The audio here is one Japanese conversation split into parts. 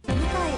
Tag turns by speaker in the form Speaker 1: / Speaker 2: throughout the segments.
Speaker 1: 蘭の調和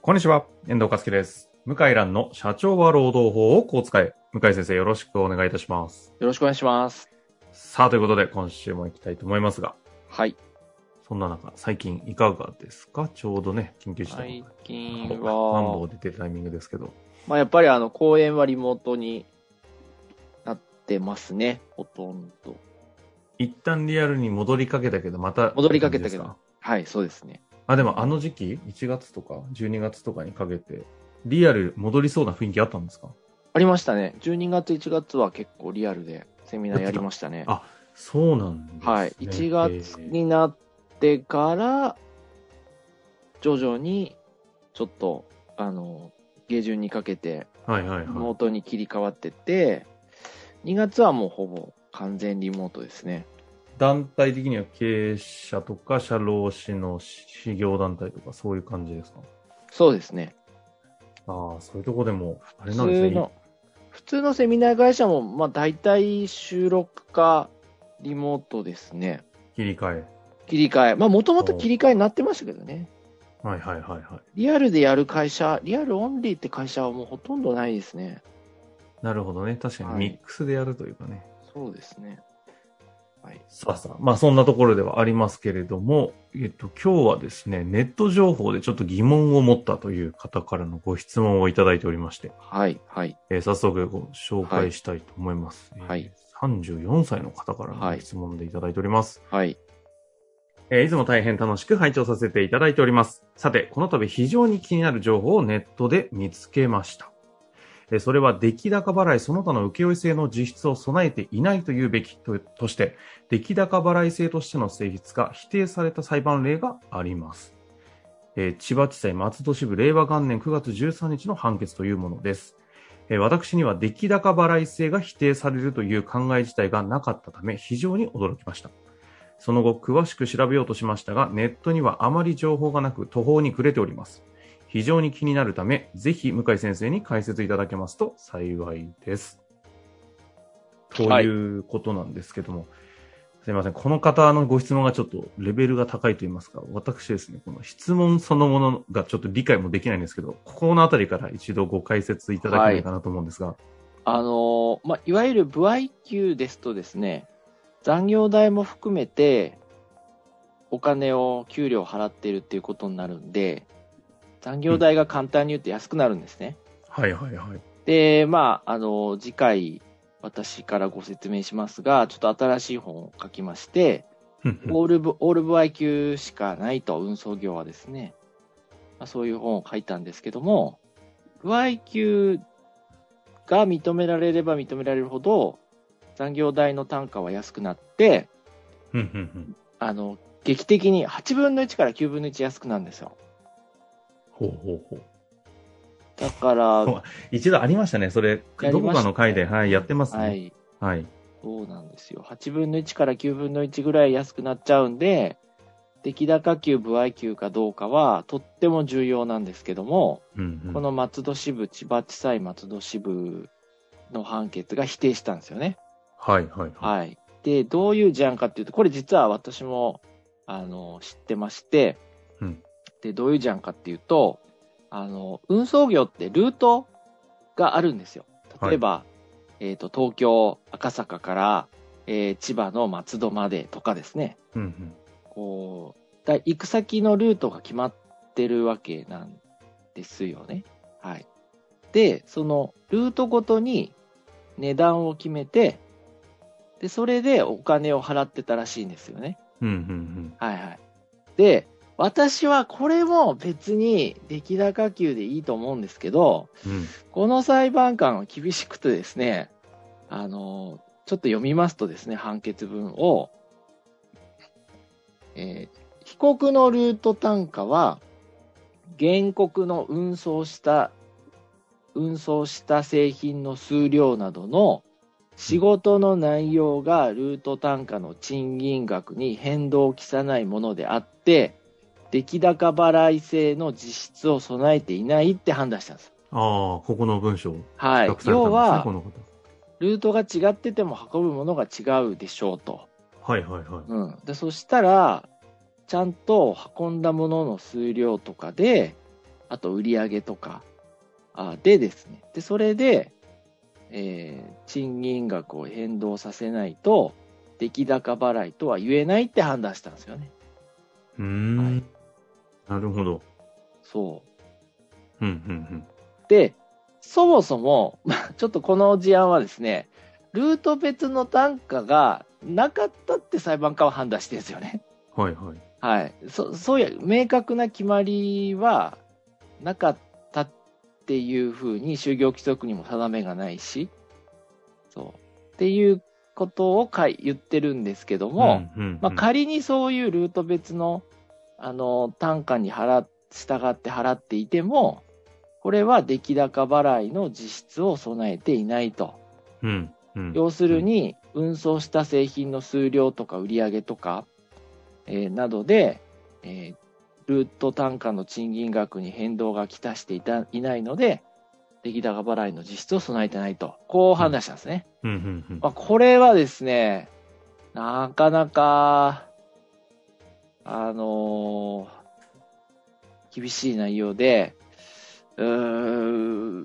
Speaker 2: こんにちは、遠藤和樹です。向井蘭の社長は労働法をこう使え。向井先生よろしくお願いいたします。
Speaker 3: よろしくお願いします。
Speaker 2: さあ、ということで今週も行きたいと思いますが、
Speaker 3: はい。
Speaker 2: そんな中、最近いかがですかちょうどね、緊急事態
Speaker 3: 最
Speaker 2: の。
Speaker 3: 近
Speaker 2: マンボ
Speaker 3: は、
Speaker 2: ウ出てるタイミングですけど。
Speaker 3: まあやっぱりあの、公演はリモートになってますね。ほとんど。
Speaker 2: 一旦リアルに戻りかけたけど、また。
Speaker 3: 戻りかけ
Speaker 2: 感
Speaker 3: たけど
Speaker 2: じですか
Speaker 3: はい、そうですね。
Speaker 2: あ、でもあの時期、1月とか12月とかにかけて、リアル戻りそうな雰囲気あったんですか
Speaker 3: ありましたね。12月、1月は結構リアルでセミナーやりましたね
Speaker 2: あ。そうなんです、ね。
Speaker 3: はい。1月
Speaker 2: えー
Speaker 3: になってから、徐々に、ちょっと、あの、下旬にかけて、
Speaker 2: はいはいはい。
Speaker 3: リモートに切り替わってて、2月はもうほぼ完全リモートですね。
Speaker 2: 団体的には経営者とか社労士の事業団体とかそういう感じですか
Speaker 3: そうですね。
Speaker 2: ああ、そういうとこでも、あれ
Speaker 3: 普
Speaker 2: なんです
Speaker 3: 通
Speaker 2: ね
Speaker 3: の。、普通のセミナー会社も、まあ大体収録かリモートですね。
Speaker 2: 切り替え。
Speaker 3: 切り替え。まあもともと切り替えになってましたけどね。
Speaker 2: はいはいはいはい。
Speaker 3: リアルでやる会社、リアルオンリーって会社はもうほとんどないですね。
Speaker 2: なるほどね。確かに
Speaker 3: はい
Speaker 2: ミックスでやるというかね。
Speaker 3: そうですね。はい。
Speaker 2: さあさあ。まあそんなところではありますけれども、えっと、今日はですね、ネット情報でちょっと疑問を持ったという方からのご質問をいただいておりまして、
Speaker 3: はい、はい、
Speaker 2: えー早速ご紹介したいと思います。
Speaker 3: はい
Speaker 2: えー34歳の方からのご質問でいただいております。
Speaker 3: はい。
Speaker 2: えーいつも大変楽しく拝聴させていただいております。さて、この度非常に気になる情報をネットで見つけました。えーそれは出来高払いその他の請負制の実質を備えていないというべきととして、出来高払い制としての性質が否定された裁判例があります。えー千葉地裁松戸支部令和元年9月13日の判決というものです。えー私には出来高払い制が否定されるという考え自体がなかったため非常に驚きました。その後、詳しく調べようとしましたが、ネットにはあまり情報がなく、途方に暮れております。非常に気になるため、ぜひ向井先生に解説いただけますと幸いです。と
Speaker 3: はい
Speaker 2: いうことなんですけども、すいません。この方のご質問がちょっとレベルが高いと言いますか、私ですね、この質問そのものがちょっと理解もできないんですけど、ここのあたりから一度ご解説いただけないかなと思うんですが、
Speaker 3: あのーまあ、いわゆる不合給ですとですね、残業代も含めて、お金を、給料を払っているっていうことになるんで、残業代が簡単に言って安くなるんですね。
Speaker 2: はい、はいはいはい。
Speaker 3: で、まあ、あのー次回、私からご説明しますが、ちょっと新しい本を書きまして、
Speaker 2: うんうん
Speaker 3: オールブ、オールブ IQ しかないと、運送業はですね。まあ、そういう本を書いたんですけども、不 IQ が認められれば認められるほど、残業代の単価は安くなって、
Speaker 2: うんうんうん
Speaker 3: あの、劇的に8分の1から9分の1安くなるんですよ。
Speaker 2: ほうほうほう。
Speaker 3: だから、
Speaker 2: そう一度ありましたね、それ、
Speaker 3: やりましたね
Speaker 2: どこかの回で、はい、やってます
Speaker 3: は
Speaker 2: ね。
Speaker 3: い。
Speaker 2: はい。
Speaker 3: そうなんですよ。8分の1から9分の1ぐらい安くなっちゃうんで、出来高級、不 IQ かどうかは、とっても重要なんですけども、
Speaker 2: うんうん
Speaker 3: この松戸支部、千葉地裁松戸支部の判決が否定したんですよね。
Speaker 2: はいはいはい。
Speaker 3: はい。で、どういう事案かっていうと、これ実は私も、あの、知ってまして、
Speaker 2: うん
Speaker 3: で、どういう事案かっていうと、あの、運送業ってルートがあるんですよ。例えば、えっ、と、東京、赤坂から、えー千葉の松戸までとかですね。
Speaker 2: うんうん
Speaker 3: こう、だ行く先のルートが決まってるわけなんですよね。はい。で、そのルートごとに値段を決めて、で、それでお金を払ってたらしいんですよね。
Speaker 2: うんうん
Speaker 3: はいはい。で、私はこれも別に出来高級でいいと思うんですけど、
Speaker 2: うんうん
Speaker 3: この裁判官は厳しくてですね、あの、ちょっと読みますとですね、判決文を、えー被告のルート単価は、原告の運送した、運送した製品の数量などの仕事の内容がルート単価の賃金額に変動を期さないものであって、出来高払い制の実質を備えていないって判断したんです。
Speaker 2: ああ、ここの文章、
Speaker 3: は
Speaker 2: 比較。
Speaker 3: い
Speaker 2: されたんですね、
Speaker 3: 要は
Speaker 2: こ、の方。
Speaker 3: ルートが違ってても運ぶものが違うでしょうと。
Speaker 2: はいはいはい。
Speaker 3: うん、でそしたらちゃんと運んだものの数量とかであと売り上げとかあでですねでそれで、えー賃金額を変動させないと出来高払いとは言えないって判断したんですよね
Speaker 2: うーん、
Speaker 3: はい
Speaker 2: なるほど。
Speaker 3: そ
Speaker 2: う
Speaker 3: う
Speaker 2: んうん
Speaker 3: で、そもそも、 まあちょっとこの事案はですね、ルート別の単価がなかったって裁判官は判断してるんですよね。
Speaker 2: うん。はいはい。
Speaker 3: はい。そそういう明確な決まりはなかったっていうふうに就業規則にも定めがないし、そう。っていうことを書い言ってるんですけども、
Speaker 2: うんうんうん
Speaker 3: まあ、仮にそういうルート別の、あの、単価に払っ、従って払っていても、これは出来高払いの実質を備えていないと。
Speaker 2: うんうん、
Speaker 3: 要するに、運送した製品の数量とか売り上げとか、えーなどで、えールート単価の賃金額に変動がきたしていたいないので、出来高払いの実質を備えてないと。こう判断したんですね。
Speaker 2: うんうんうん
Speaker 3: まあ、これはですね、なかなか、あのー厳しい内容で、うーん、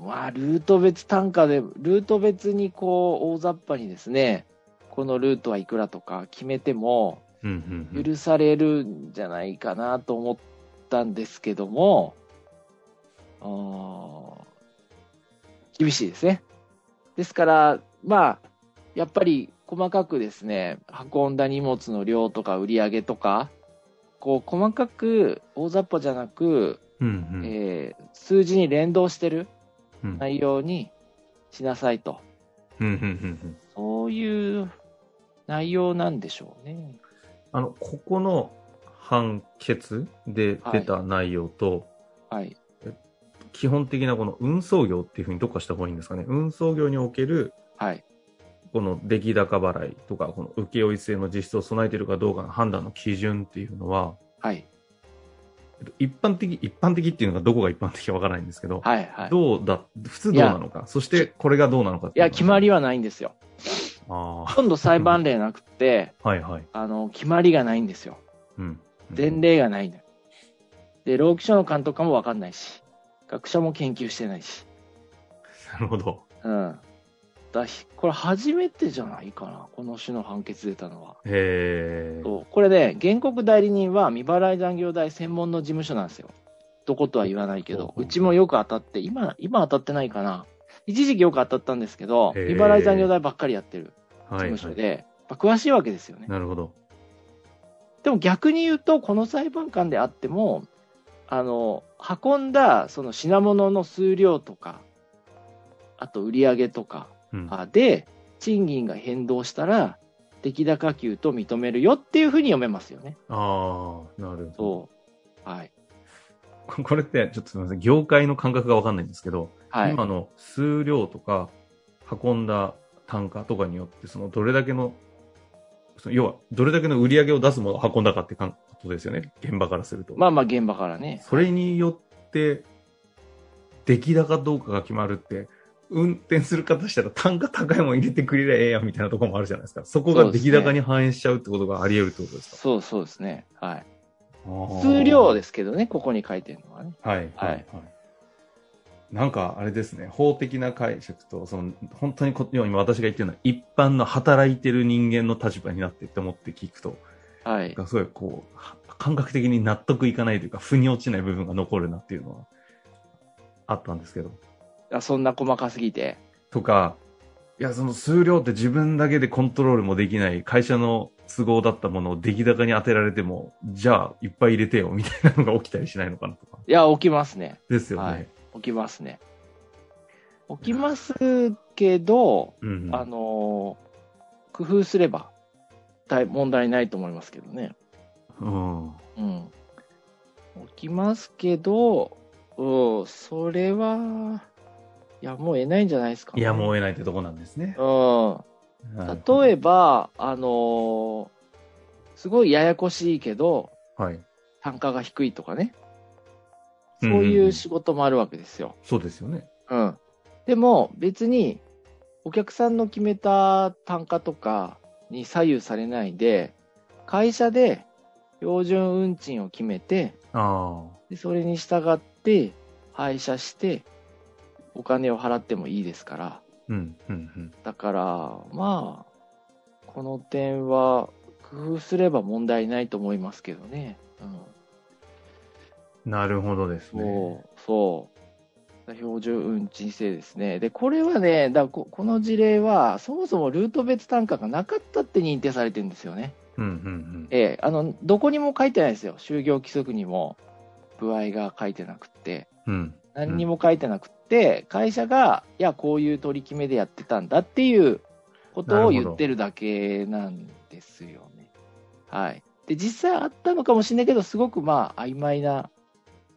Speaker 3: まあ、ルート別単価で、ルート別にこう、大雑把にですね、このルートはいくらとか決めても
Speaker 2: うんうんうん
Speaker 3: 許されるんじゃないかなと思ったんですけども、あー厳しいですね。ですから、まあ、やっぱり細かくですね、運んだ荷物の量とか売り上げとか、こう細かく大雑把じゃなく、
Speaker 2: うんうん
Speaker 3: えー数字に連動してる
Speaker 2: うん
Speaker 3: 内容にしなさいと。
Speaker 2: うんうんうんうん
Speaker 3: そういう内容なんでしょうね。
Speaker 2: あの、ここの判決で出た内容と、
Speaker 3: はい。
Speaker 2: 基本的なこの運送業っていうふうにどっかした方がいいんですかね。運送業における、
Speaker 3: はい。
Speaker 2: この出来高払いとか、この請負制の実質を備えているかどうかの判断の基準っていうのは、
Speaker 3: はい。
Speaker 2: えっと一般的、一般的っていうのがどこが一般的かわからないんですけど、
Speaker 3: はい。はい。
Speaker 2: どうだ、普通どうなのか、そしてこれがどうなのかって
Speaker 3: いうや、決まり
Speaker 2: は。
Speaker 3: はないんですよ。
Speaker 2: あ
Speaker 3: ほとんど裁判例なくて、
Speaker 2: あ、はいはい。
Speaker 3: あの、決まりがないんですよ。
Speaker 2: うん。
Speaker 3: 前例がないんだよ。で、労基署の監督かもわかんないし、学者も研究してないし。
Speaker 2: なるほど。
Speaker 3: うん。だし、これ初めてじゃないかな。この種の判決出たのは。
Speaker 2: へえ。
Speaker 3: そうこれね、原告代理人は未払い残業代専門の事務所なんですよ。どことは言わないけ
Speaker 2: ほう
Speaker 3: ど、
Speaker 2: ほう
Speaker 3: うちもよく当たって、今、今当たってないかな。一時期よく当たったんですけど、
Speaker 2: へー
Speaker 3: 未払い残業代ばっかりやってる事
Speaker 2: はい、は
Speaker 3: 務所
Speaker 2: い。
Speaker 3: で、まあ詳しいわけですよね。
Speaker 2: なるほど。
Speaker 3: でも逆に言うと、この裁判官であっても、あの、運んだその品物の数量とか、あと売り上げとか
Speaker 2: うん。
Speaker 3: あで、賃金が変動したら、出来高給と認めるよっていうふうに読めますよね。
Speaker 2: ああ、なるほど。
Speaker 3: そう。はい。
Speaker 2: こ これって、ちょっとすみません。業界の感覚がわかんないんですけど、
Speaker 3: はい。
Speaker 2: 今の数量とか、運んだ単価とかによって、そのどれだけの、その要は、どれだけの売り上げを出すものを運んだかってかんことですよね。現場からすると。
Speaker 3: まあまあ現場からね。
Speaker 2: それによって、出来高どうかが決まるって、運転する方したら単価高いもん入れてくれりゃええやんみたいなところもあるじゃないですか。そこが出来高に反映しちゃうってことがあり得るってことですか。
Speaker 3: そうそうですね。はい。
Speaker 2: あー
Speaker 3: 数量ですけどね、ここに書いてるのはね。
Speaker 2: はい、はい、
Speaker 3: は
Speaker 2: はいい。なんか、あれですね、法的な解釈と、その、本当にこ、今私が言ってるのは、一般の働いてる人間の立場になってって思って聞くと、
Speaker 3: はい。
Speaker 2: なんかすごい、こう、は感覚的に納得いかないというか、腑に落ちない部分が残るなっていうのは、あったんですけど。
Speaker 3: あそんな細かすぎて。
Speaker 2: とか、いや、その数量って自分だけでコントロールもできない、会社の都合だったものを出来高に当てられても、じゃあ、いっぱい入れてよ、みたいなのが起きたりしないのかなとか。
Speaker 3: いや、起きますね。
Speaker 2: ですよね。
Speaker 3: はい起きますね。起きますけど、
Speaker 2: うんうん。
Speaker 3: あのー工夫すれば、対問題ないと思いますけどね。
Speaker 2: うん。
Speaker 3: うん。起きますけど、うん、それは、いや、もう得ないんじゃないですか、
Speaker 2: いやむを得ないってとこなんですね。
Speaker 3: うん。例え
Speaker 2: ば。
Speaker 3: ば、あのーすごいややこしいけど、
Speaker 2: はい。
Speaker 3: 単価が低いとかね。
Speaker 2: う
Speaker 3: そ
Speaker 2: ん
Speaker 3: う
Speaker 2: うんうん
Speaker 3: いう仕事もあるわけですよ。
Speaker 2: そうですよね。
Speaker 3: うん。でも、別に、お客さんの決めた単価とかに左右されないで、会社で標準運賃を決めて、
Speaker 2: ああ。
Speaker 3: でそれに従って、配車して、お金を払ってもいいですから。
Speaker 2: うん、うん、うん。
Speaker 3: だから、まあ、この点は工夫すれば問題ないと思いますけどね。うん。
Speaker 2: なるほどですね。
Speaker 3: そう、そう。標準運賃制ですね。で、これはね、だここの事例は、そもそもルート別単価がなかったって認定されてるんですよね。
Speaker 2: うん、うん、
Speaker 3: ええ、あの、どこにも書いてないですよ。就業規則にも、部合が書いてなくって、
Speaker 2: うん。うん。
Speaker 3: 何にも書いてなくって、会社が、いや、こういう取り決めでやってたんだっていうこと
Speaker 2: な
Speaker 3: を
Speaker 2: るほど
Speaker 3: 言ってるだけなんですよね。はい。で、実際あったのかもしれないけど、すごくまあ、曖昧な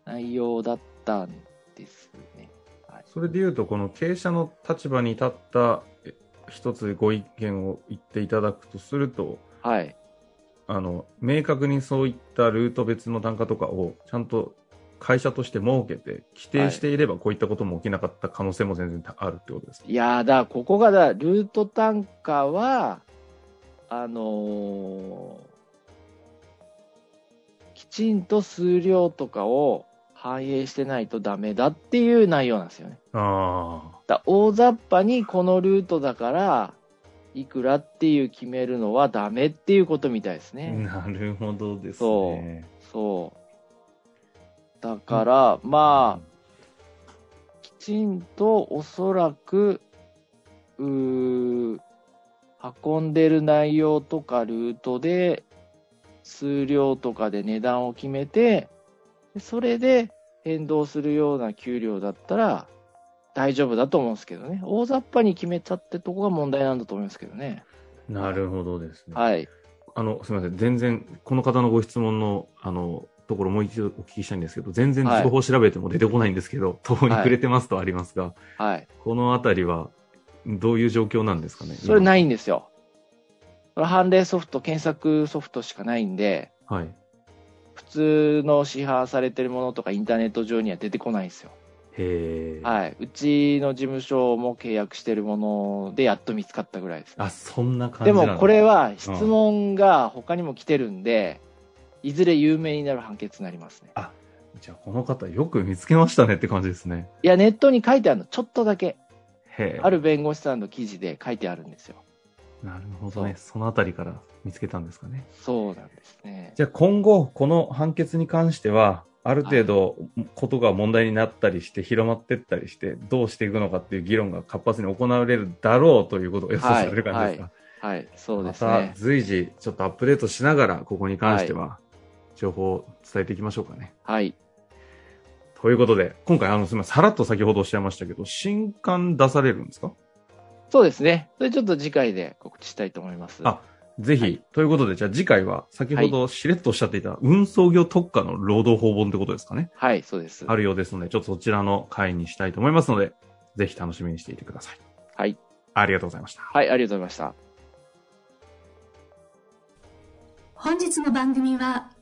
Speaker 3: 内容だったんですね。
Speaker 2: それで言うと、この経営者の立場に立ったえ一つご意見を言っていただくとすると、
Speaker 3: はい。
Speaker 2: あの、明確にそういったルート別の単価とかをちゃんと会社として設けて、規定していればこういったことも起きなかった可能性も全然あるってことです。
Speaker 3: いやー、だ、ここがだ、ルート単価は、あのーきちんと数量とかを反映してないとダメだっていう内容なんですよね。
Speaker 2: ああ。
Speaker 3: だ大雑把にこのルートだから、いくらっていう決めるのはダメっていうことみたいですね。
Speaker 2: なるほどですね
Speaker 3: そ。そう。だから、まあ、きちんとおそらく、うー運んでる内容とかルートで、数量とかで値段を決めて、それで変動するような給料だったら大丈夫だと思うんですけどね。大雑把に決めちゃってとこが問題なんだと思いますけどね。
Speaker 2: なるほどですね。
Speaker 3: はい。
Speaker 2: あの、すみません。全然、この方のご質問の、あの、ところもう一度お聞きしたいんですけど、全然
Speaker 3: はい
Speaker 2: 情報を調べても出てこないんですけど、途方に
Speaker 3: はい
Speaker 2: 触れてますとありますが、
Speaker 3: はい。
Speaker 2: このあたりは、どういう状況なんですかね。
Speaker 3: それ
Speaker 2: い。
Speaker 3: ないんですよ。これ判例ソフト、検索ソフトしかないんで、
Speaker 2: はい。
Speaker 3: 普通の市販されてるものとかインターネット上には出てこないんですよ。
Speaker 2: へえ。
Speaker 3: はい。うちの事務所も契約してるものでやっと見つかったぐらいです、ね
Speaker 2: あ、。そんな感
Speaker 3: で
Speaker 2: じなんだ
Speaker 3: もこれ、は質問が他にも来てるんで、いずれ有名になる判決になりますね。
Speaker 2: じゃあこの方よく見つけましたねって感じですね。
Speaker 3: いや、ネットに書いてあるの、ちょっとだけ、
Speaker 2: へえ。
Speaker 3: ある弁護士さんの記事で書いてあるんですよ。
Speaker 2: なるほどね。そのあたりから見つけたんですかね。
Speaker 3: そうなんですね。
Speaker 2: じゃあ今後、この判決に関しては、ある程度、ことが問題になったりして、広まっていったりして、どうしていくのかっていう議論が活発に行われるだろうということを予想される感じですか。
Speaker 3: はい、そうです
Speaker 2: また
Speaker 3: ね。
Speaker 2: 随時、ちょっとアップデートしながら、ここに関しては、情報を伝えていきましょうかね。
Speaker 3: はい。
Speaker 2: ということで、今回、あの、すみません、さらっと先ほどおっしゃいましたけど、新刊出されるんですか
Speaker 3: そうですね。それちょっと次回で告知したいと思います。
Speaker 2: あぜひ、
Speaker 3: はい
Speaker 2: ということで、じゃあ次回は、先ほどしれっとおっしゃっていた、運送業特化の労働法本ってことですかね。
Speaker 3: はい、そうです。
Speaker 2: あるようですので、ちょっとそちらの回にしたいと思いますので、ぜひ楽しみにしていてください。
Speaker 3: はい。
Speaker 2: ありがとうございました。
Speaker 3: はい、ありがとうございました。
Speaker 1: 本日の番組は